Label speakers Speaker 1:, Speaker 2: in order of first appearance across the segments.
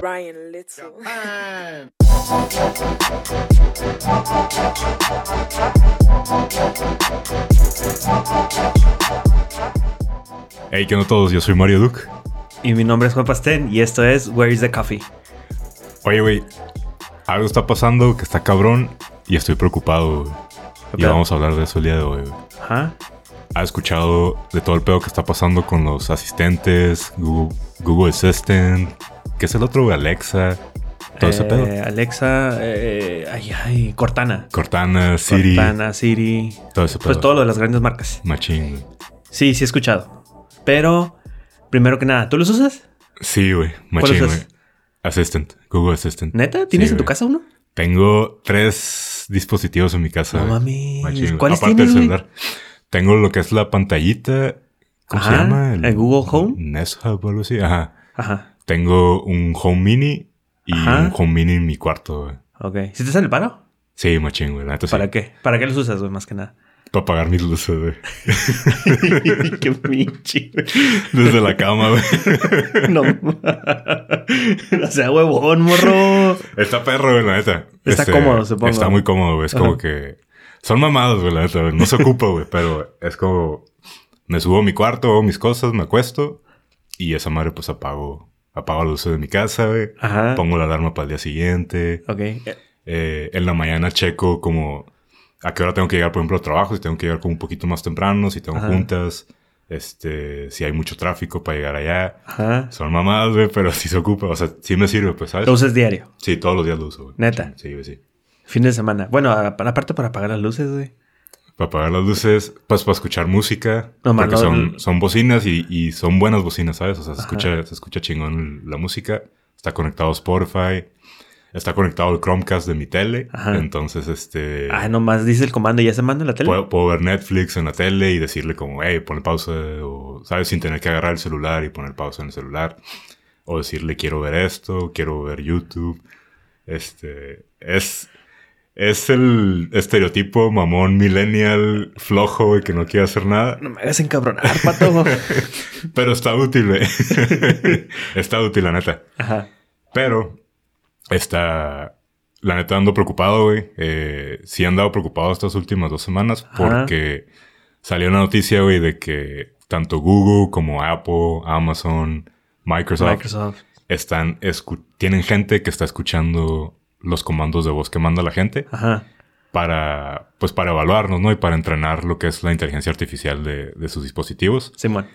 Speaker 1: Brian Little.
Speaker 2: Japan.
Speaker 3: Hey, ¿qué onda a todos? Yo soy Mario Duke.
Speaker 4: Y mi nombre es Juan Pastén y esto es Where is the Coffee.
Speaker 3: Oye, güey, algo está pasando que está cabrón y estoy preocupado, güey. Y
Speaker 4: pedo?
Speaker 3: vamos a hablar de eso el día de hoy, güey.
Speaker 4: Ajá.
Speaker 3: ¿Has escuchado de todo el pedo que está pasando con los asistentes, Google, Google Assistant? ¿Qué es el otro, güey? Alexa, todo ese
Speaker 4: Eh,
Speaker 3: pedo.
Speaker 4: Alexa, eh, ay, ay, Cortana.
Speaker 3: Cortana, Siri,
Speaker 4: Cortana, Siri.
Speaker 3: todo ese pedo.
Speaker 4: Pues todo lo de las grandes marcas.
Speaker 3: Machín, güey.
Speaker 4: Sí, sí he escuchado. Pero, primero que nada, ¿tú los usas?
Speaker 3: Sí, güey,
Speaker 4: ¿Cuál
Speaker 3: machín,
Speaker 4: usas?
Speaker 3: güey. Assistant, Google Assistant.
Speaker 4: ¿Neta? ¿Tienes
Speaker 3: Sí,
Speaker 4: en tu
Speaker 3: güey.
Speaker 4: casa uno?
Speaker 3: Tengo tres dispositivos en mi casa.
Speaker 4: No
Speaker 3: güey.
Speaker 4: mames.
Speaker 3: Machín, güey.
Speaker 4: ¿Cuáles
Speaker 3: Aparte
Speaker 4: tienes,
Speaker 3: del
Speaker 4: güey?
Speaker 3: celular. Tengo lo que es la pantallita. ¿Cómo se
Speaker 4: Ajá,
Speaker 3: llama?
Speaker 4: ¿el Google Home?
Speaker 3: Nest Hub o algo así. Ajá.
Speaker 4: Ajá.
Speaker 3: Tengo un Home Mini y
Speaker 4: Ajá.
Speaker 3: un Home Mini en mi cuarto, güey.
Speaker 4: Ok. ¿Si te sale el paro?
Speaker 3: Sí, machín, güey. La neta sí.
Speaker 4: ¿Para qué? ¿Para qué los usas, güey? Más que nada.
Speaker 3: Para apagar mis luces, güey.
Speaker 4: qué pinche, güey.
Speaker 3: Desde la cama, güey.
Speaker 4: No. o sea, huevón, morro.
Speaker 3: Está perro, güey, la neta. Este,
Speaker 4: Está cómodo, supongo.
Speaker 3: Está muy cómodo, güey. Es como que... Son mamados, güey, la neta. güey. No se ocupa, güey. Pero es como... Me subo a mi cuarto, hago mis cosas, me acuesto. Y esa madre, pues, apago... Apago las luces de mi casa, güey.
Speaker 4: Ajá.
Speaker 3: Pongo la alarma para el día siguiente.
Speaker 4: Ok. Eh,
Speaker 3: Eh, en la mañana checo como a qué hora tengo que llegar, por ejemplo, al trabajo, si tengo que llegar como un poquito más temprano, si tengo
Speaker 4: Ajá.
Speaker 3: juntas, este, si hay mucho tráfico para llegar allá.
Speaker 4: Ajá.
Speaker 3: Son mamadas, güey, pero si se ocupa, o sea, sí me sirve, pues, ¿sabes?
Speaker 4: Lo usas diario.
Speaker 3: sí, todos los días lo uso, güey.
Speaker 4: Neta.
Speaker 3: Sí, güey, sí.
Speaker 4: Fin de semana. Bueno, a- aparte para apagar las luces, güey.
Speaker 3: Para apagar las luces, pues para escuchar música,
Speaker 4: No, man,
Speaker 3: porque
Speaker 4: no,
Speaker 3: son,
Speaker 4: no.
Speaker 3: son bocinas y, y son buenas bocinas, ¿sabes? O sea, se
Speaker 4: Ajá.
Speaker 3: escucha, se escucha chingón la música, está conectado Spotify, está conectado el Chromecast de mi tele,
Speaker 4: Ajá.
Speaker 3: entonces este...
Speaker 4: Ah, nomás dice el comando y ya se manda la tele.
Speaker 3: Puedo, puedo ver Netflix en la tele y decirle como, hey, pon pausa, o, ¿sabes? Sin tener que agarrar el celular y poner pausa en el celular. O decirle, quiero ver esto, quiero ver YouTube. Este, es, es el estereotipo mamón millennial flojo y que no quiere hacer nada.
Speaker 4: No me hagas encabronar, pato.
Speaker 3: Pero está útil, güey. está útil, la neta.
Speaker 4: Ajá.
Speaker 3: Pero está, la neta, ando preocupado, güey. Eh, sí he andado preocupado estas últimas dos semanas
Speaker 4: Ajá.
Speaker 3: porque salió una noticia, güey, de que tanto Google como Apple, Amazon, Microsoft,
Speaker 4: Microsoft.
Speaker 3: están escu- tienen gente que está escuchando los comandos de voz que manda la gente
Speaker 4: Ajá.
Speaker 3: para, pues, para evaluarnos, ¿no? Y para entrenar lo que es la inteligencia artificial de, de sus dispositivos.
Speaker 4: Simón,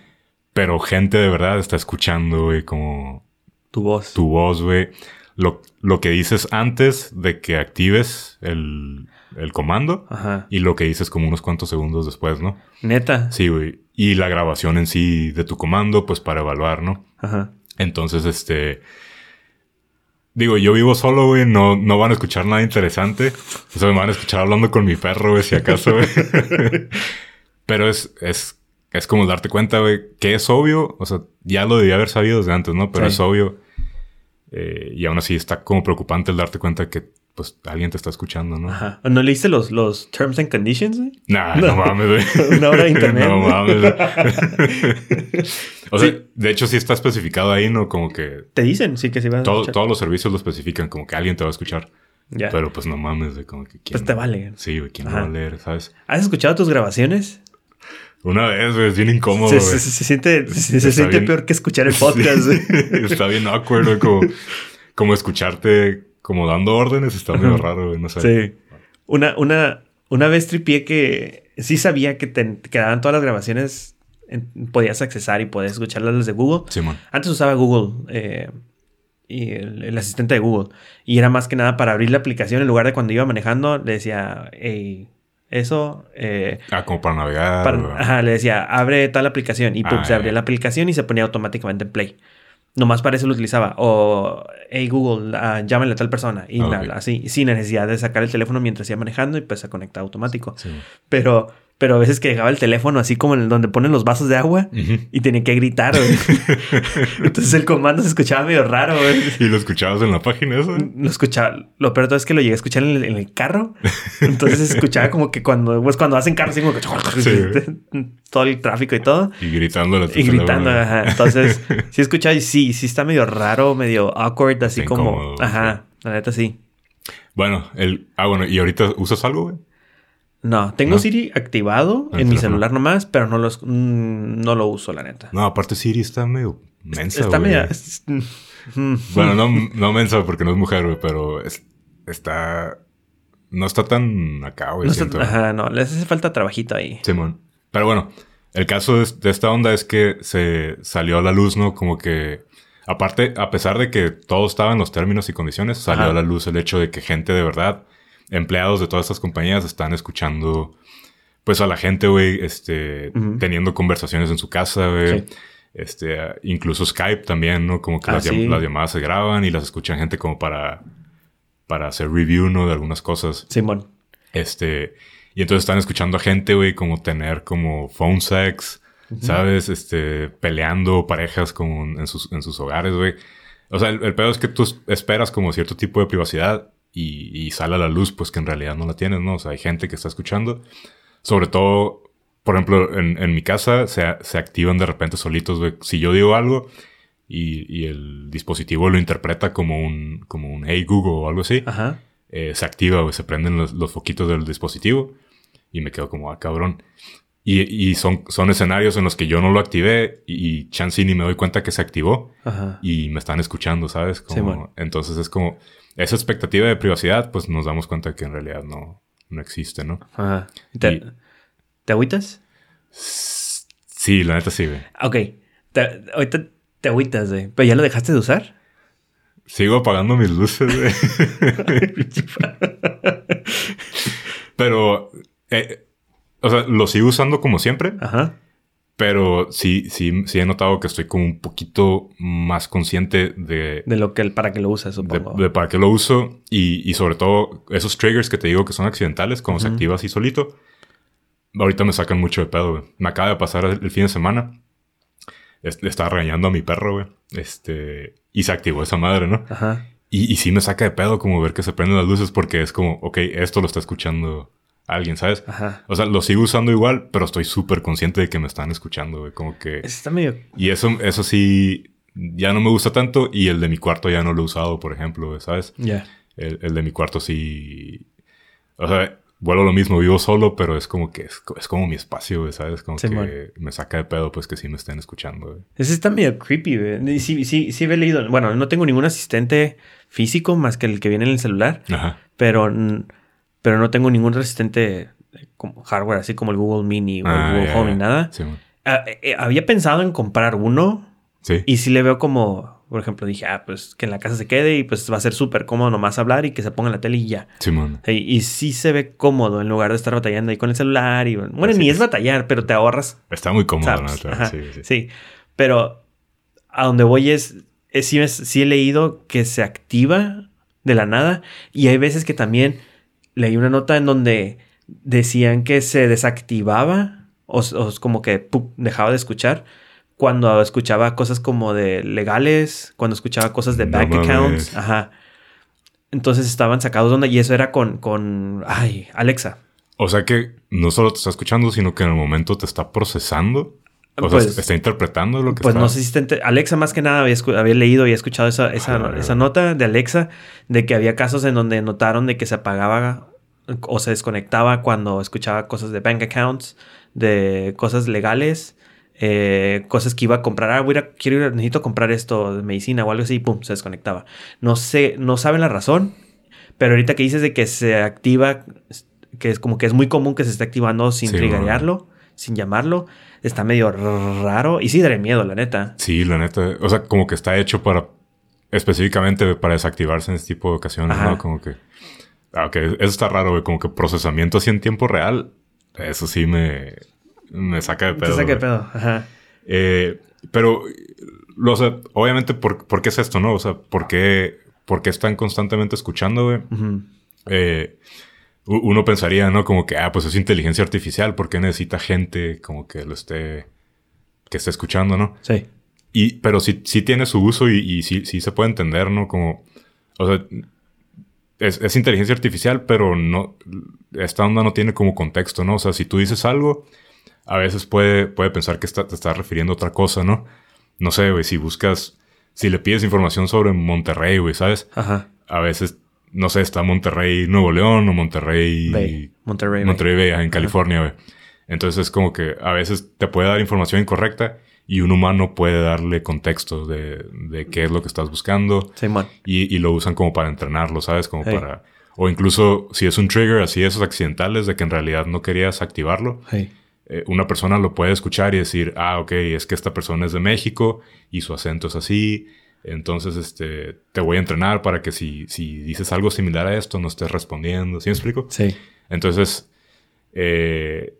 Speaker 3: Pero gente de verdad está escuchando, güey, como
Speaker 4: tu voz.
Speaker 3: tu voz, güey. Lo, lo que dices antes de que actives el, el comando
Speaker 4: Ajá.
Speaker 3: y lo que dices como unos cuantos segundos después, ¿no?
Speaker 4: Neta.
Speaker 3: Sí, güey. Y la grabación en sí de tu comando, pues para evaluar, ¿no?
Speaker 4: Ajá.
Speaker 3: Entonces, este. Digo, yo vivo solo, güey. No, no van a escuchar nada interesante. O sea, me van a escuchar hablando con mi perro, güey, si acaso, güey. Pero es, es, es como darte cuenta, güey, que es obvio. O sea, ya lo debía haber sabido desde antes, ¿no? Pero
Speaker 4: Sí.
Speaker 3: es obvio. Eh, y aún así está como preocupante el darte cuenta que, pues, alguien te está escuchando, ¿no?
Speaker 4: Ajá. ¿No leíste los, los terms and conditions, güey?
Speaker 3: Nah, no,
Speaker 4: No.
Speaker 3: mames, güey.
Speaker 4: Una hora de internet.
Speaker 3: No mames. güey. o sea, de hecho, sí está especificado ahí, ¿no? Como que
Speaker 4: Te dicen, sí, que sí vas a
Speaker 3: todo-
Speaker 4: escuchar.
Speaker 3: todos los servicios lo especifican, como que alguien te va a escuchar.
Speaker 4: Ya.
Speaker 3: Pero pues no mames, de como que quién.
Speaker 4: Pues te vale.
Speaker 3: Sí, güey, quién lo
Speaker 4: Ajá.
Speaker 3: va a leer, ¿sabes?
Speaker 4: ¿Has escuchado tus grabaciones?
Speaker 3: Una vez, güey, es bien incómodo,
Speaker 4: se,
Speaker 3: güey.
Speaker 4: se- se- se siente, se, se
Speaker 3: Está
Speaker 4: siente
Speaker 3: bien.
Speaker 4: peor que escuchar el podcast, güey.
Speaker 3: está bien awkward, güey, como, como escucharte como dando órdenes, está medio raro, güey, no sé.
Speaker 4: Sí. Una, una, una vez tripié que sí sabía que te quedaban todas las grabaciones, en- podías accesar y podías escucharlas las de Google.
Speaker 3: Simón.
Speaker 4: Antes usaba Google eh, y el, el asistente de Google. Y era más que nada para abrir la aplicación. En lugar de cuando iba manejando, le decía, "Ey, eso. eh,
Speaker 3: Ah, como para navegar.
Speaker 4: para-
Speaker 3: güey.
Speaker 4: ajá, le decía, abre tal aplicación. Y pum,
Speaker 3: Ah,
Speaker 4: se abría
Speaker 3: ya.
Speaker 4: la aplicación y se ponía automáticamente en play. Nomás para eso lo utilizaba. O, hey Google, ah, llámale a tal persona. Y
Speaker 3: Ah, ok.
Speaker 4: nada, así, sin necesidad de sacar el teléfono mientras iba manejando y pues se conecta automático.
Speaker 3: Sí, güey.
Speaker 4: Pero Pero a veces que dejaba el teléfono así como en el- donde ponen los vasos de agua
Speaker 3: Ujú.
Speaker 4: y tenía que gritar. güey. Entonces el comando se escuchaba medio raro. güey.
Speaker 3: ¿Y lo escuchabas en la página esa?
Speaker 4: Lo escuchaba, lo peor de todo es que lo llegué a escuchar en el, en el carro. Entonces escuchaba como que cuando, pues cuando hacen carro, así como que todo el tráfico y todo.
Speaker 3: Y gritándole a tu
Speaker 4: Y gritando,
Speaker 3: teléfono.
Speaker 4: ajá. Entonces, sí escuchaba y sí, sí está medio raro, medio awkward, así
Speaker 3: Está
Speaker 4: como,
Speaker 3: incómodo,
Speaker 4: ajá, la neta sí.
Speaker 3: Bueno, el... Ah, bueno. ¿Y ahorita usas algo, güey?
Speaker 4: No, tengo
Speaker 3: ¿No?
Speaker 4: Siri activado
Speaker 3: En
Speaker 4: en mi
Speaker 3: teléfono.
Speaker 4: celular nomás, pero no los mm, no lo uso, la neta.
Speaker 3: No, aparte Siri está medio mensa,
Speaker 4: está
Speaker 3: güey.
Speaker 4: media. es- mm,
Speaker 3: Bueno, no, no mensa porque no es mujer, güey, pero es- está... No está tan acá, güey,
Speaker 4: no está-
Speaker 3: Pues siento.
Speaker 4: ajá, no, les hace falta trabajito ahí.
Speaker 3: Simón. Pero bueno, el caso de, de esta onda es que se salió a la luz, ¿no? Como que... Aparte, a pesar de que todo estaba en los términos y condiciones, salió
Speaker 4: Ajá.
Speaker 3: a la luz el hecho de que gente de verdad, empleados de todas estas compañías, están escuchando, pues, a la gente, güey, este...
Speaker 4: Ujú.
Speaker 3: Teniendo conversaciones en su casa, güey.
Speaker 4: Sí.
Speaker 3: Este, ah, incluso Skype también, ¿no? Como que
Speaker 4: Ah,
Speaker 3: las, llam-
Speaker 4: sí.
Speaker 3: las llamadas se graban y las escuchan gente como para, para hacer review, ¿no? De algunas cosas.
Speaker 4: Simón.
Speaker 3: Este, y entonces están escuchando a gente, güey, como tener como phone sex, ¿sabes? Este, peleando parejas como en sus, en sus hogares, güey. O sea, el, el pedo es que tú esperas como cierto tipo de privacidad y, y sale a la luz, pues que en realidad no la tienes, ¿no? O sea, hay gente que está escuchando. Sobre todo, por ejemplo, en, en mi casa se, a- se activan de repente solitos, güey. Si yo digo algo y, y el dispositivo lo interpreta como un, como un hey Google o algo así
Speaker 4: Ajá.
Speaker 3: eh, se activa, güey, se prenden los, los foquitos del dispositivo y me quedo como, ah, cabrón. Y, y son, son escenarios en los que yo no lo activé y, y chance y ni me doy cuenta que se activó
Speaker 4: Ajá.
Speaker 3: y me están escuchando, ¿sabes? Como-
Speaker 4: Simón.
Speaker 3: entonces es como, esa expectativa de privacidad, pues nos damos cuenta que en realidad no, no existe, ¿no?
Speaker 4: Ajá. ¿Te,
Speaker 3: Y-
Speaker 4: ¿te agüitas?
Speaker 3: S- Sí, la neta sí, güey.
Speaker 4: Ok. Te- ahorita te agüitas, güey. ¿Pero ya lo dejaste de usar?
Speaker 3: Sigo apagando mis luces, güey. Pero, eh, o sea, lo sigo usando como siempre.
Speaker 4: Ajá.
Speaker 3: Pero sí, sí, sí he notado que estoy como un poquito más consciente de,
Speaker 4: De lo que para que lo usas,
Speaker 3: de,
Speaker 4: supongo.
Speaker 3: de para qué lo uso y, y sobre todo esos triggers que te digo que son accidentales, cuando se
Speaker 4: Ujú.
Speaker 3: activa así solito, ahorita me sacan mucho de pedo, güey. Me acaba de pasar el, el fin de semana. Es- Le estaba regañando a mi perro, güey. Este, y se activó esa madre, ¿no?
Speaker 4: Ajá.
Speaker 3: Y, y sí me saca de pedo como ver que se prenden las luces porque es como, ok, esto lo está escuchando alguien, ¿sabes?
Speaker 4: Ajá.
Speaker 3: O sea, lo sigo usando igual, pero estoy súper consciente de que me están escuchando, güey. Como que...
Speaker 4: Está medio.
Speaker 3: Y eso, eso sí, ya no me gusta tanto. Y el de mi cuarto ya no lo he usado, por ejemplo, ¿sabes?
Speaker 4: Ya.
Speaker 3: El, el de mi cuarto sí. O sea, vuelvo a lo mismo, vivo solo, pero es como que es, co- es como mi espacio, güey, ¿sabes? Como
Speaker 4: Simón.
Speaker 3: que me saca de pedo, pues que sí me estén escuchando, güey.
Speaker 4: Ese está medio creepy, güey. Y Sí, sí, sí, he leído. Bueno, no tengo ningún asistente físico más que el que viene en el celular,
Speaker 3: Ajá.
Speaker 4: pero, n- pero no tengo ningún asistente eh, como hardware, así como el Google Mini o
Speaker 3: Ah,
Speaker 4: el Google
Speaker 3: ya,
Speaker 4: Home
Speaker 3: ya.
Speaker 4: y nada.
Speaker 3: Simón.
Speaker 4: Ah, eh, eh, había pensado en comprar uno
Speaker 3: Sí.
Speaker 4: y sí le veo como, por ejemplo, dije, ah, pues que en la casa se quede y pues va a ser súper cómodo nomás hablar y que se ponga en la tele y ya.
Speaker 3: Simón.
Speaker 4: Sí, y sí se ve cómodo en lugar de estar batallando ahí con el celular y bueno,
Speaker 3: Así
Speaker 4: ni
Speaker 3: es.
Speaker 4: es batallar, pero te ahorras
Speaker 3: Está muy cómodo, la
Speaker 4: Zaps,
Speaker 3: neta,
Speaker 4: ajá,
Speaker 3: Sí, sí.
Speaker 4: sí. pero a donde voy es, es- sí, es- sí he leído que se activa de la nada y hay veces que también leí una nota en donde decían que se desactivaba o, s- o s- como que ¡pup! dejaba de escuchar cuando escuchaba cosas como de legales, cuando escuchaba cosas de
Speaker 3: No
Speaker 4: bank
Speaker 3: mames.
Speaker 4: accounts, ajá. Entonces estaban sacados de onda y eso era con, con, ay, Alexa.
Speaker 3: O sea que no solo te está escuchando, sino que en el momento te está procesando. O sea,
Speaker 4: Pues-
Speaker 3: está interpretando lo que
Speaker 4: Pues
Speaker 3: está.
Speaker 4: no sé si está ente- Alexa más que nada había, escu- había leído y escuchado esa, esa-
Speaker 3: Ojalá,
Speaker 4: esa
Speaker 3: ojalá.
Speaker 4: nota de Alexa de que había casos en donde notaron de que se apagaba o se desconectaba cuando escuchaba cosas de bank accounts, de cosas legales, eh, cosas que iba a comprar. Ah, voy a ir a- quiero ir a- necesito comprar esto de medicina o algo así y pum, se desconectaba. No sé, no saben la razón, pero ahorita que dices de que se activa, que es como que es muy común que se esté activando sin
Speaker 3: Sí,
Speaker 4: triggerearlo, sin llamarlo, está medio raro y sí daré miedo, la neta.
Speaker 3: Sí, la neta. O sea, como que está hecho para específicamente para desactivarse en este tipo de ocasiones,
Speaker 4: Ajá.
Speaker 3: ¿no? Como que. Ah, ok, eso está raro, güey. Como que procesamiento así en tiempo real. Eso sí me. Me saca de pedo.
Speaker 4: Entonces, ¿qué
Speaker 3: güey.
Speaker 4: pedo? Ajá.
Speaker 3: Eh, pero. lo- o sea, obviamente, ¿por, por qué es esto, no? O sea, ¿por qué, por qué están constantemente escuchando, güey?
Speaker 4: Ujú.
Speaker 3: Eh, uno pensaría, ¿no? Como que, ah, pues es inteligencia artificial, ¿por qué necesita gente como que lo esté, que esté escuchando, ¿no?
Speaker 4: Sí.
Speaker 3: Y, pero sí, sí tiene su uso y, y sí, sí se puede entender, ¿no? Como, o sea, es, es inteligencia artificial, pero no, esta onda no tiene como contexto, ¿no? O sea, si tú dices algo, a veces puede, puede pensar que está- te estás refiriendo a otra cosa, ¿no? No sé, güey, si buscas, si le pides información sobre Monterrey, güey, ¿sabes?
Speaker 4: Ajá.
Speaker 3: A veces, no sé, está Monterrey, Nuevo León o Monterrey...
Speaker 4: Bay. Monterrey. Bay.
Speaker 3: Monterrey Bay, ajá, en California, güey. Entonces es como que a veces te puede dar información incorrecta y un humano puede darle contexto de, de qué es lo que estás buscando
Speaker 4: Simón.
Speaker 3: y, y lo usan como para entrenarlo, ¿sabes? Como
Speaker 4: Hey.
Speaker 3: para... O incluso si es un trigger así, esos accidentales de que en realidad no querías activarlo,
Speaker 4: Sí.
Speaker 3: eh, una persona lo puede escuchar y decir, ah, ok, es que esta persona es de México y su acento es así, entonces este, te voy a entrenar para que si, si dices algo similar a esto no estés respondiendo, ¿sí me explico?
Speaker 4: Sí.
Speaker 3: Entonces, eh,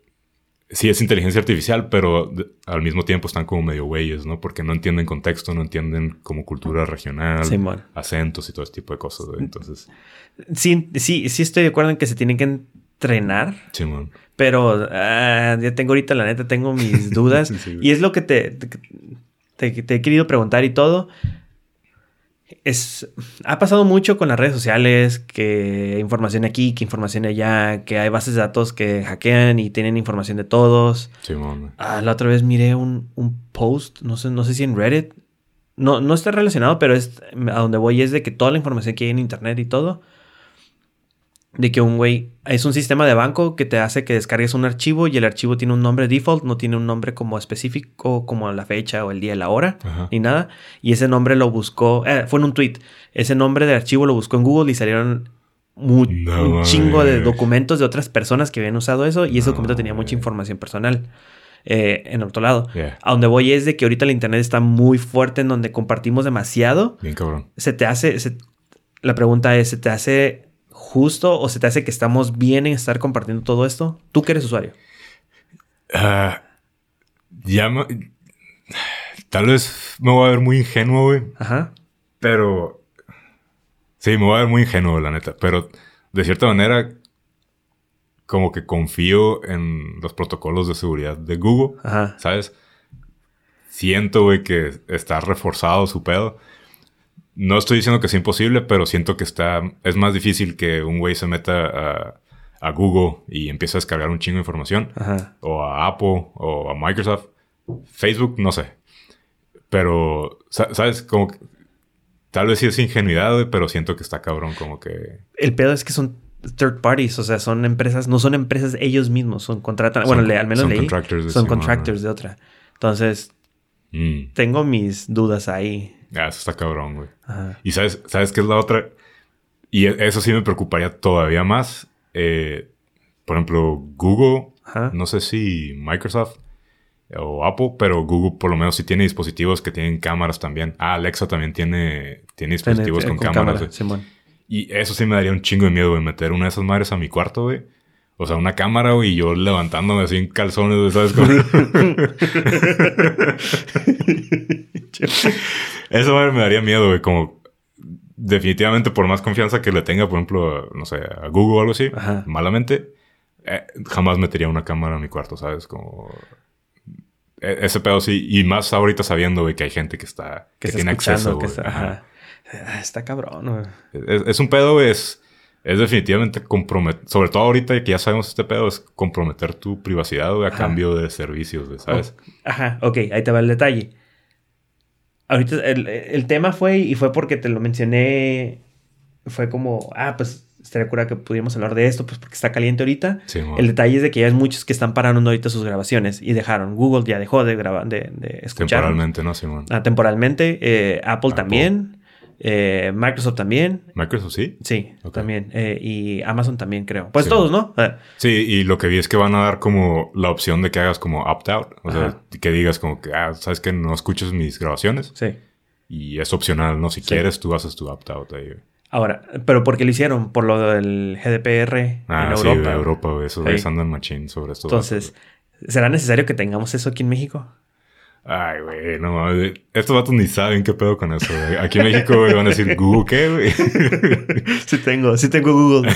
Speaker 3: sí es inteligencia artificial, pero de- al mismo tiempo están como medio güeyes, ¿no? Porque no entienden contexto, no entienden como cultura regional,
Speaker 4: Simón.
Speaker 3: acentos y todo ese tipo de cosas. güey. Entonces,
Speaker 4: Sí, sí, sí estoy de acuerdo en que se tienen que entrenar,
Speaker 3: Simón.
Speaker 4: pero ah, ya tengo ahorita, la neta, tengo mis dudas.
Speaker 3: Sí, güey.
Speaker 4: y es lo que te, te, te- te he querido preguntar y todo. Es, ha pasado mucho con las redes sociales, que información aquí, que información allá, que hay bases de datos que hackean y tienen información de todos.
Speaker 3: Simón. güey.
Speaker 4: Ah, la otra vez miré un, un post, no sé, no sé si en Reddit. No, no está relacionado, pero es a donde voy es de que toda la información que hay en internet y todo. De que un güey es un sistema de banco que te hace que descargues un archivo y el archivo tiene un nombre default, no tiene un nombre como específico, como la fecha o el día y la hora,
Speaker 3: Ajá.
Speaker 4: ni nada. Y ese nombre lo buscó, eh, fue en un tweet. Ese nombre del archivo lo buscó en Google y salieron mu-
Speaker 3: No
Speaker 4: un chingo de
Speaker 3: mames.
Speaker 4: documentos de otras personas que habían usado eso y ese
Speaker 3: No
Speaker 4: documento tenía mucha
Speaker 3: mames.
Speaker 4: información personal eh, en otro lado.
Speaker 3: Yeah.
Speaker 4: A donde voy es de que ahorita el internet está muy fuerte en donde compartimos demasiado.
Speaker 3: Bien cabrón.
Speaker 4: Se te hace. se- la pregunta es: ¿se te hace justo o se te hace que estamos bien en estar compartiendo todo esto? Tú que eres usuario.
Speaker 3: Ah, llama- Tal vez me voy a ver muy ingenuo, güey.
Speaker 4: Ajá.
Speaker 3: Pero. Sí, me voy a ver muy ingenuo, la neta. Pero de cierta manera, como que confío en los protocolos de seguridad de Google,
Speaker 4: Ajá.
Speaker 3: ¿sabes? Siento, güey, que está reforzado su pedo. No estoy diciendo que sea imposible, pero siento que está. Es más difícil que un güey se meta a, a Google y empiece a descargar un chingo de información
Speaker 4: Ajá.
Speaker 3: o a Apple o a Microsoft, Facebook, no sé. Pero, sa- ¿sabes? Como que- tal vez sí es ingenuidad, güey, pero siento que está cabrón, como que.
Speaker 4: El pedo es que son third parties, o sea, son empresas, no son empresas ellos mismos, son contratan.
Speaker 3: Son-
Speaker 4: Ah, bueno, le- al menos
Speaker 3: son
Speaker 4: leí.
Speaker 3: contractors de
Speaker 4: son
Speaker 3: Simón,
Speaker 4: contractors de otra. Entonces,
Speaker 3: mm,
Speaker 4: tengo mis dudas ahí.
Speaker 3: ah, eso está cabrón, güey.
Speaker 4: Ajá.
Speaker 3: Y sabes, ¿sabes qué es la otra? Y e- eso sí me preocuparía todavía más. Eh, por ejemplo, Google,
Speaker 4: Ajá.
Speaker 3: no sé si Microsoft o Apple, pero Google por lo menos sí tiene dispositivos que tienen cámaras también. Ah, Alexa también tiene, tiene dispositivos con, cámaras.
Speaker 4: eh, cámara,
Speaker 3: güey.
Speaker 4: Simón.
Speaker 3: Y eso sí me daría un chingo de miedo, güey, meter una de esas madres a mi cuarto, güey. O sea, una cámara, güey, y yo levantándome así en calzones, güey, ¿sabes? Como... Esa madre me daría miedo, güey, como... Definitivamente, por más confianza que le tenga, por ejemplo, a, no sé, a Google o algo así,
Speaker 4: Ajá.
Speaker 3: malamente, eh, jamás metería una cámara a mi cuarto, ¿sabes? Como... e- Ese pedo sí, y más ahorita sabiendo, güey, que hay gente que está... Que,
Speaker 4: que, está
Speaker 3: tiene
Speaker 4: escuchando,
Speaker 3: acceso,
Speaker 4: que
Speaker 3: güey.
Speaker 4: está,
Speaker 3: Ajá.
Speaker 4: ajá. Ah, está cabrón, güey.
Speaker 3: Es, es un pedo, güey, es, es definitivamente comprometer, sobre todo ahorita que ya sabemos este pedo, es comprometer tu privacidad güey, a
Speaker 4: Ajá. Oh,
Speaker 3: cambio de servicios, güey, ¿sabes?
Speaker 4: Ajá, ok, ahí te va el detalle. Ahorita el, el tema fue, y fue porque te lo mencioné, fue como, ah, pues estaría cura que pudiéramos hablar de esto, pues porque está caliente ahorita.
Speaker 3: Sí, mo.
Speaker 4: El detalle es de que ya hay muchos que están parando ahorita sus grabaciones y dejaron. Google ya dejó de grabar, de, de escuchar.
Speaker 3: Pues, Temporalmente, ¿no, Simón?
Speaker 4: Ah, temporalmente. eh, Apple,
Speaker 3: Apple.
Speaker 4: también. eh, Microsoft también.
Speaker 3: Microsoft sí.
Speaker 4: Sí,
Speaker 3: Ok.
Speaker 4: también. eh, y Amazon también, creo. Pues
Speaker 3: Sí,
Speaker 4: todos, ¿no? Ah,
Speaker 3: Sí, y lo que vi es que van a dar como la opción de que hagas como opt-out, o
Speaker 4: Ajá.
Speaker 3: sea, que digas como que, ah, sabes que no escuches mis grabaciones
Speaker 4: sí.
Speaker 3: y es opcional, ¿no? Si
Speaker 4: Sí.
Speaker 3: quieres, tú haces tu opt-out ahí, güey.
Speaker 4: Ahora, pero ¿por qué lo hicieron? Por lo del GDPR
Speaker 3: Ah,
Speaker 4: en
Speaker 3: sí,
Speaker 4: Europa.
Speaker 3: güey, Europa, güey, esos
Speaker 4: Sí.
Speaker 3: güeyes andan machín sobre esto.
Speaker 4: Entonces, ¿será necesario que tengamos eso aquí en México?
Speaker 3: Ay, güey, no mames. Estos vatos ni saben qué pedo con eso, güey. Aquí en México, güey, van a decir, ¿Google qué, güey?
Speaker 4: Sí tengo, sí tengo Google.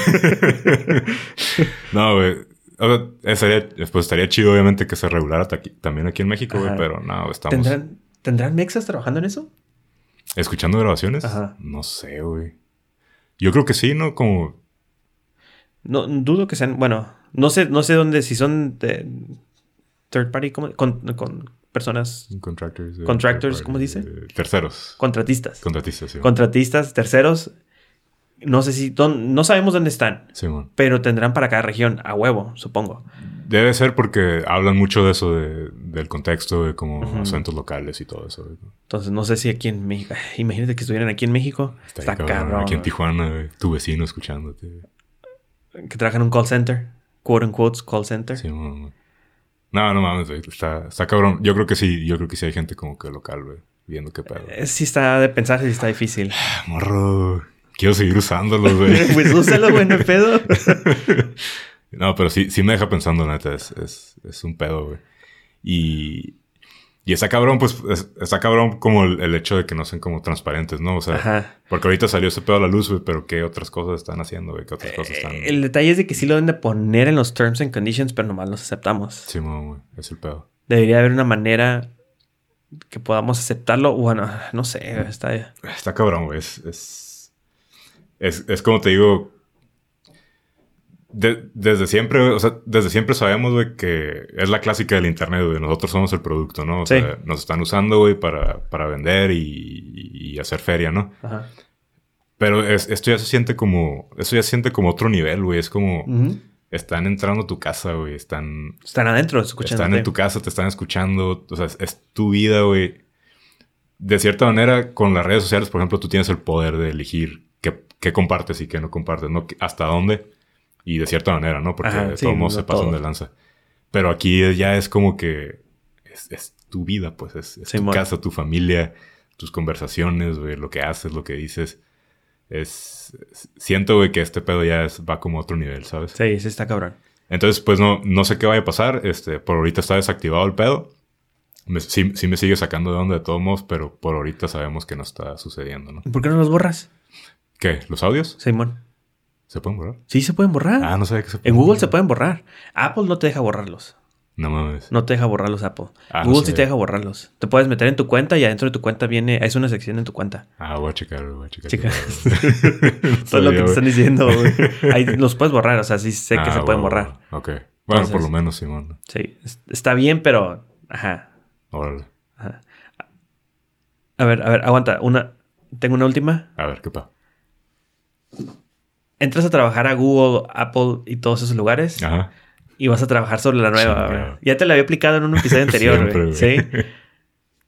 Speaker 3: No, güey. O sea, estaría, pues estaría chido, obviamente, que se regulara ta- también aquí en México, güey,
Speaker 4: Ajá.
Speaker 3: pero no, estamos
Speaker 4: ¿Tendrán, ¿Tendrán mexas trabajando en eso?
Speaker 3: escuchando grabaciones.
Speaker 4: Ajá.
Speaker 3: No sé, güey. Yo creo que sí, ¿no? Como
Speaker 4: No, dudo que sean, bueno, no sé, no sé dónde, si son de third party, ¿cómo? Con, con personas,
Speaker 3: contractors. eh,
Speaker 4: Contractors,
Speaker 3: third
Speaker 4: ¿cómo
Speaker 3: party,
Speaker 4: dice?
Speaker 3: eh, terceros.
Speaker 4: contratistas.
Speaker 3: Contratistas, sí.
Speaker 4: Contratistas, terceros, no sé si, dón- no sabemos dónde están,
Speaker 3: Simón.
Speaker 4: pero tendrán para cada región, a huevo, supongo.
Speaker 3: Debe ser porque hablan mucho de eso, de- del contexto, de como
Speaker 4: Ujú.
Speaker 3: acentos locales y todo eso. güey.
Speaker 4: Entonces, no sé si aquí en México, ay, imagínate que estuvieran aquí en México, está,
Speaker 3: Está, ahí, cabrón.
Speaker 4: cabrón,
Speaker 3: Aquí en Tijuana, güey, tu vecino escuchándote. güey.
Speaker 4: que trabajan en un call center, quote unquote call center.
Speaker 3: Simón, güey. No, no mames, güey, Está, está cabrón. Yo creo que sí, yo creo que sí hay gente como que local, güey. Viendo qué pedo.
Speaker 4: Eh, Sí está de pensar, sí está difícil.
Speaker 3: Morro, quiero seguir usándolo, güey.
Speaker 4: pues úsalo, güey, no hay pedo.
Speaker 3: No, pero sí, sí me deja pensando, neta. Es, es, es un pedo, güey. Y, y está cabrón, pues, es- está cabrón como el, el hecho de que no sean como transparentes, ¿no? O sea,
Speaker 4: Ajá.
Speaker 3: porque ahorita salió ese pedo a la luz, güey, pero ¿qué otras cosas están haciendo, güey? ¿Qué otras cosas están...?
Speaker 4: Eh, El detalle es de que sí lo deben de poner en los terms and conditions, pero nomás los aceptamos.
Speaker 3: Simón, güey, es el pedo.
Speaker 4: Debería haber una manera que podamos aceptarlo. Bueno, no sé, está
Speaker 3: Está cabrón, güey. Es, es, es, es como te digo. de- desde siempre, güey, o sea, desde siempre sabemos, güey, que es la clásica del internet, güey. Nosotros somos el producto, ¿no? O
Speaker 4: Sí.
Speaker 3: sea, nos están usando, güey, para, para vender y, y hacer feria, ¿no?
Speaker 4: Ajá.
Speaker 3: Pero es- esto ya se siente como. Esto ya se siente como otro nivel, güey. Es como.
Speaker 4: Ujú.
Speaker 3: Están entrando a tu casa, güey. Están.
Speaker 4: Están adentro escuchando.
Speaker 3: Están en tu casa, te están escuchando. O sea, es, es tu vida, güey. De cierta manera, con las redes sociales, por ejemplo, tú tienes el poder de elegir qué, qué compartes y qué no compartes, ¿no? Hasta dónde. Y de cierta manera, ¿no? Porque
Speaker 4: Ajá,
Speaker 3: de
Speaker 4: sí,
Speaker 3: todos modos
Speaker 4: no
Speaker 3: se pasan
Speaker 4: todo.
Speaker 3: de lanza. Pero aquí ya es como que es, es tu vida, pues. Es, es tu
Speaker 4: Simón.
Speaker 3: casa, tu familia, tus conversaciones, güey, lo que haces, lo que dices. Es, es- siento, güey, que este pedo ya es- va como a otro nivel, ¿sabes?
Speaker 4: Sí, sí está cabrón.
Speaker 3: Entonces, pues no, no sé qué vaya a pasar. Este, por ahorita está desactivado el pedo. Me- sí, sí me sigue sacando de onda de todos modos, pero por ahorita sabemos que no está sucediendo, ¿no?
Speaker 4: ¿Por qué no los borras,
Speaker 3: ¿Qué? ¿Los audios?
Speaker 4: Simón?
Speaker 3: ¿Se pueden borrar?
Speaker 4: Sí se pueden borrar.
Speaker 3: Ah, no sabía que se
Speaker 4: en
Speaker 3: pueden
Speaker 4: Google
Speaker 3: borrar.
Speaker 4: se pueden borrar. Apple no te deja borrarlos.
Speaker 3: No mames.
Speaker 4: No te deja borrarlos Apple.
Speaker 3: Ah, no
Speaker 4: Google sí
Speaker 3: sé.
Speaker 4: te deja borrarlos. Te puedes meter en tu cuenta y adentro de tu cuenta viene... Es una sección en tu cuenta.
Speaker 3: Ah, voy a checar, voy a checar.
Speaker 4: Checa.
Speaker 3: No
Speaker 4: Todo lo
Speaker 3: sabía,
Speaker 4: que te
Speaker 3: güey.
Speaker 4: están diciendo, güey. Ahí los puedes borrar. O sea, sí sé que
Speaker 3: Ah,
Speaker 4: se
Speaker 3: huevo,
Speaker 4: pueden borrar.
Speaker 3: huevo. Ok. Bueno, por
Speaker 4: Entonces-
Speaker 3: lo menos, Simón.
Speaker 4: Sí. es- Está bien, pero... Ajá.
Speaker 3: Órale.
Speaker 4: Ajá. A ver, a ver, aguanta. Una, tengo una última.
Speaker 3: A ver, ¿qué pasa?
Speaker 4: Entras a trabajar a Google, Apple y todos esos lugares
Speaker 3: Ajá.
Speaker 4: y vas a trabajar sobre la nueva.
Speaker 3: Chingado.
Speaker 4: güey. Ya te la había aplicado en un episodio anterior,
Speaker 3: Siempre,
Speaker 4: güey. Sí.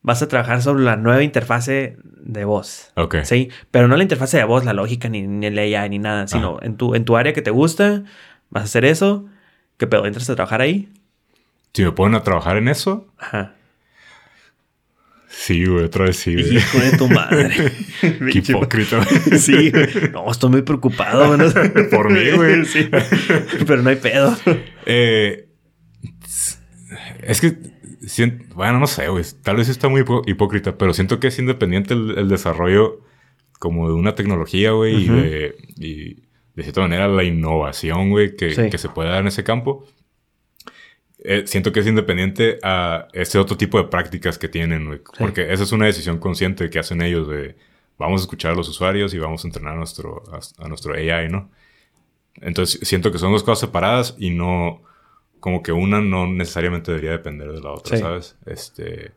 Speaker 4: Vas a trabajar sobre la nueva interfase de voz.
Speaker 3: Ok.
Speaker 4: Sí, pero no la interfase de voz, la lógica, ni, ni el AI, ni nada, sino en tu, en tu área que te gusta, vas a hacer eso. ¿Qué pedo? ¿Entras a trabajar ahí?
Speaker 3: Si me ponen a trabajar en eso,
Speaker 4: Ajá.
Speaker 3: sí, güey, otra vez sí, güey.
Speaker 4: Hijo de tu madre.
Speaker 3: Qué hipócrita.
Speaker 4: Sí, güey. no, estoy muy preocupado. güey, no sé.
Speaker 3: Por mí, güey.
Speaker 4: Sí. Pero no hay pedo.
Speaker 3: Eh, es que, sien- bueno, no sé, güey. Tal vez sí está muy hipo- hipócrita, pero siento que es independiente el, el desarrollo como de una tecnología, güey,
Speaker 4: Ujú.
Speaker 3: y, de, y de cierta manera la innovación, güey, que,
Speaker 4: Sí.
Speaker 3: que se puede dar en ese campo. Eh, siento que es independiente a este otro tipo de prácticas que tienen, güey. Porque esa es una decisión consciente que hacen ellos de vamos a escuchar a los usuarios y vamos a entrenar a nuestro, a, a nuestro AI, ¿no? Entonces siento que son dos cosas separadas y no como que una no necesariamente debería depender de la otra,
Speaker 4: Sí.
Speaker 3: ¿sabes? Este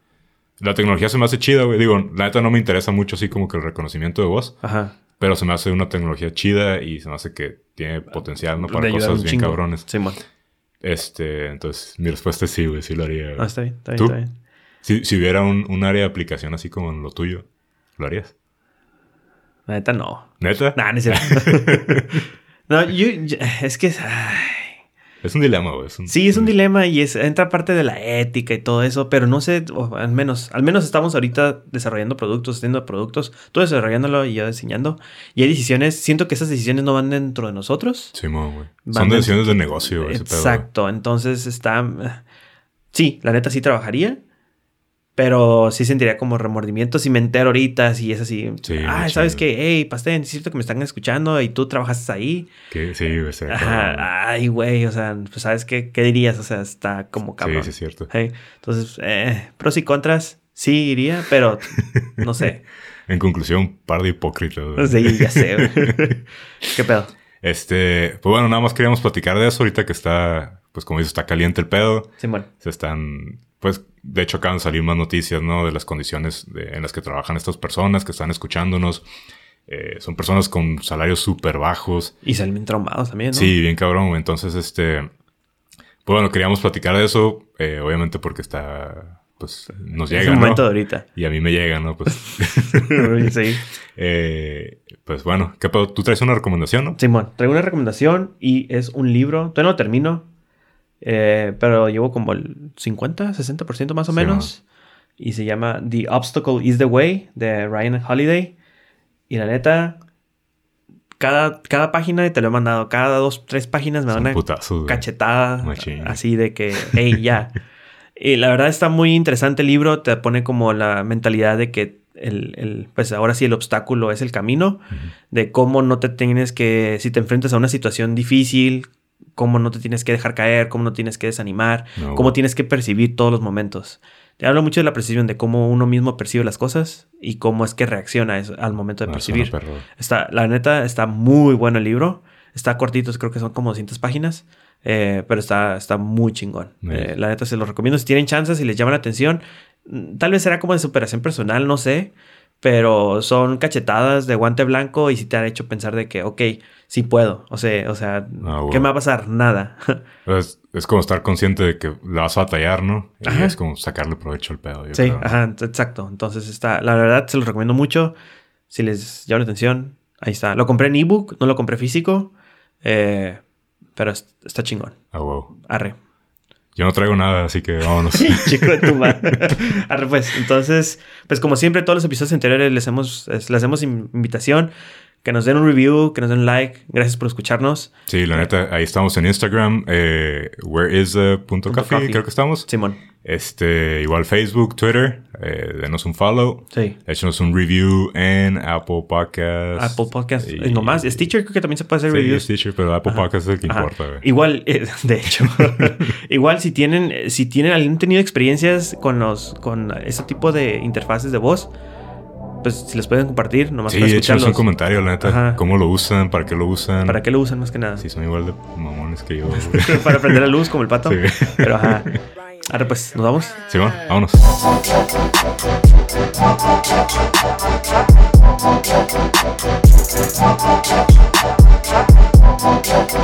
Speaker 3: la tecnología se me hace chida, güey. Digo, la neta no me interesa mucho así como que el reconocimiento de voz,
Speaker 4: Ajá.
Speaker 3: pero se me hace una tecnología chida y se me hace que tiene potencial, ¿no?
Speaker 4: De
Speaker 3: Para
Speaker 4: ayudar
Speaker 3: cosas
Speaker 4: un
Speaker 3: bien
Speaker 4: chingo.
Speaker 3: cabrones.
Speaker 4: Simón.
Speaker 3: Este, entonces mi respuesta es sí, güey, sí lo haría.
Speaker 4: Ah,
Speaker 3: güey.
Speaker 4: está bien, está bien,
Speaker 3: ¿Tú?
Speaker 4: está bien.
Speaker 3: Si, si hubiera un, un área de aplicación así como en lo tuyo, ¿lo harías?
Speaker 4: La neta, no.
Speaker 3: ¿Neta?
Speaker 4: Nah, no es cierto. no, yo, yo- es que ay.
Speaker 3: Es un dilema, güey. Es un-
Speaker 4: sí, es un dilema y es, entra parte de la ética y todo eso, pero no sé, o al menos, al menos estamos ahorita desarrollando productos, haciendo productos, tú desarrollándolo y yo diseñando. Y hay decisiones, siento que esas decisiones no van dentro de nosotros.
Speaker 3: Simón, güey. Son
Speaker 4: Van-
Speaker 3: decisiones de negocio, güey. ese pedo, güey.
Speaker 4: Exacto, entonces está... Sí, la neta sí trabajaría, Pero sí sentiría como remordimiento si me entero ahorita, si es así.
Speaker 3: Sí,
Speaker 4: ah,
Speaker 3: muy
Speaker 4: ¿sabes
Speaker 3: chido.
Speaker 4: qué? Hey, Pastén, es cierto que me están escuchando y tú trabajaste ahí.
Speaker 3: Que, sí, o sea, cabrón.
Speaker 4: Ajá, ay, güey, o sea, pues ¿sabes qué? ¿Qué dirías? O sea, está como
Speaker 3: sí,
Speaker 4: cabrón.
Speaker 3: sí, es cierto.
Speaker 4: Hey, entonces, eh, pros y contras, sí iría, pero no sé.
Speaker 3: En conclusión, un par de hipócritas. güey.
Speaker 4: Sí, ya sé. güey. ¿Qué pedo?
Speaker 3: Este, pues bueno, nada más queríamos platicar de eso ahorita que está, pues como dices, está caliente el pedo.
Speaker 4: Simón.
Speaker 3: Se están, pues de hecho acaban de salir más noticias, ¿no? De las condiciones de- en las que trabajan estas personas que están escuchándonos. Eh, son personas con salarios súper bajos.
Speaker 4: Y salen bien traumados también, ¿no?
Speaker 3: Sí, bien cabrón. güey. Entonces, este, pues bueno, queríamos platicar de eso, eh, obviamente porque está, pues nos
Speaker 4: Es
Speaker 3: llega,
Speaker 4: el
Speaker 3: ¿no?
Speaker 4: momento de ahorita.
Speaker 3: Y a mí me llega, ¿no? Pues,
Speaker 4: sí.
Speaker 3: eh, pues bueno, ¿qué pedo? Tú traes una recomendación, ¿no?
Speaker 4: Simón, traigo una recomendación y es un libro. Todavía no lo termino, eh, pero llevo como el 50, 60% más o
Speaker 3: Simón.
Speaker 4: menos. Y se llama The Obstacle is the Way de Ryan Holiday. Y la neta, cada, cada página, y te lo he mandado, cada dos, tres páginas me da
Speaker 3: Son
Speaker 4: una
Speaker 3: putazos, güey.
Speaker 4: cachetada.
Speaker 3: Machín.
Speaker 4: Así de que, hey, ya. y la verdad está muy interesante el libro. Te pone como la mentalidad de que el, el- pues ahora sí el obstáculo es el camino.
Speaker 3: Ujú.
Speaker 4: De cómo no te tienes que, si te enfrentas a una situación difícil, cómo no te tienes que dejar caer, cómo no tienes que desanimar,
Speaker 3: No,
Speaker 4: cómo
Speaker 3: güey.
Speaker 4: tienes que percibir todos los momentos. Te hablo mucho de la precisión, de cómo uno mismo percibe las cosas y cómo es que reacciona a eso- al momento de
Speaker 3: Ah, No, suena
Speaker 4: percibir.
Speaker 3: perro.
Speaker 4: Está, la neta, está muy bueno el libro. Está cortito, creo que son como 200 páginas. eh, pero está, está muy chingón.
Speaker 3: Nice.
Speaker 4: Eh, la neta, se los recomiendo. Si tienen chances, si les llama la atención, mm, tal vez será como de superación personal, no sé. Pero son cachetadas de guante blanco y si te han hecho pensar de que, ok, sí puedo. O sea, o sea
Speaker 3: Ah,
Speaker 4: ¿qué
Speaker 3: bueno.
Speaker 4: me va a pasar? Nada.
Speaker 3: Es, es como estar consciente de que la vas a batallar, ¿no? Y
Speaker 4: Ajá.
Speaker 3: es como sacarle provecho al pedo. yo
Speaker 4: sí,
Speaker 3: creo, ¿no?
Speaker 4: ajá, ent- exacto. Entonces, está, la verdad, se los recomiendo mucho. Si les llama la atención, ahí está. Lo compré en ebook, no lo compré físico. eh, pero es- está chingón.
Speaker 3: Ah, wow.
Speaker 4: Arre.
Speaker 3: Yo no traigo nada, así que vámonos.
Speaker 4: Chico de tu madre. Arre, pues. Entonces, pues como siempre, todos los episodios anteriores les hemos, es- les hacemos in- invitación. Que nos den un review, que nos den un like. Gracias por escucharnos.
Speaker 3: sí, la neta, ahí estamos en Instagram. Eh, where is the punto
Speaker 4: Punto
Speaker 3: coffee,
Speaker 4: coffee.
Speaker 3: Creo que estamos.
Speaker 4: Simón.
Speaker 3: Este, igual Facebook, Twitter. Eh, denos un follow.
Speaker 4: Sí.
Speaker 3: Échenos un review en Apple Podcasts.
Speaker 4: Apple Podcast.
Speaker 3: Y-
Speaker 4: Y... Nomás. Stitcher creo que también se puede hacer
Speaker 3: Sí,
Speaker 4: reviews.
Speaker 3: Stitcher, pero Apple
Speaker 4: Ajá.
Speaker 3: Podcasts es el que
Speaker 4: Ajá.
Speaker 3: importa, güey.
Speaker 4: Igual, eh, de hecho, igual si tienen, eh, si tienen, han tenido experiencias con los, con ese tipo de interfaces de voz, pues si les pueden compartir, nomás
Speaker 3: Sí,
Speaker 4: para
Speaker 3: échenos un
Speaker 4: escucharlos.
Speaker 3: comentario, la neta.
Speaker 4: Ajá.
Speaker 3: ¿Cómo lo usan? ¿Para qué lo usan?
Speaker 4: ¿Para qué lo usan más que nada?
Speaker 3: Si son igual de mamones que yo. güey.
Speaker 4: para prender la luz como el pato.
Speaker 3: Sí.
Speaker 4: Pero ajá. Ahora pues, nos vamos.
Speaker 3: Sí, bueno, vámonos.
Speaker 1: Thank you.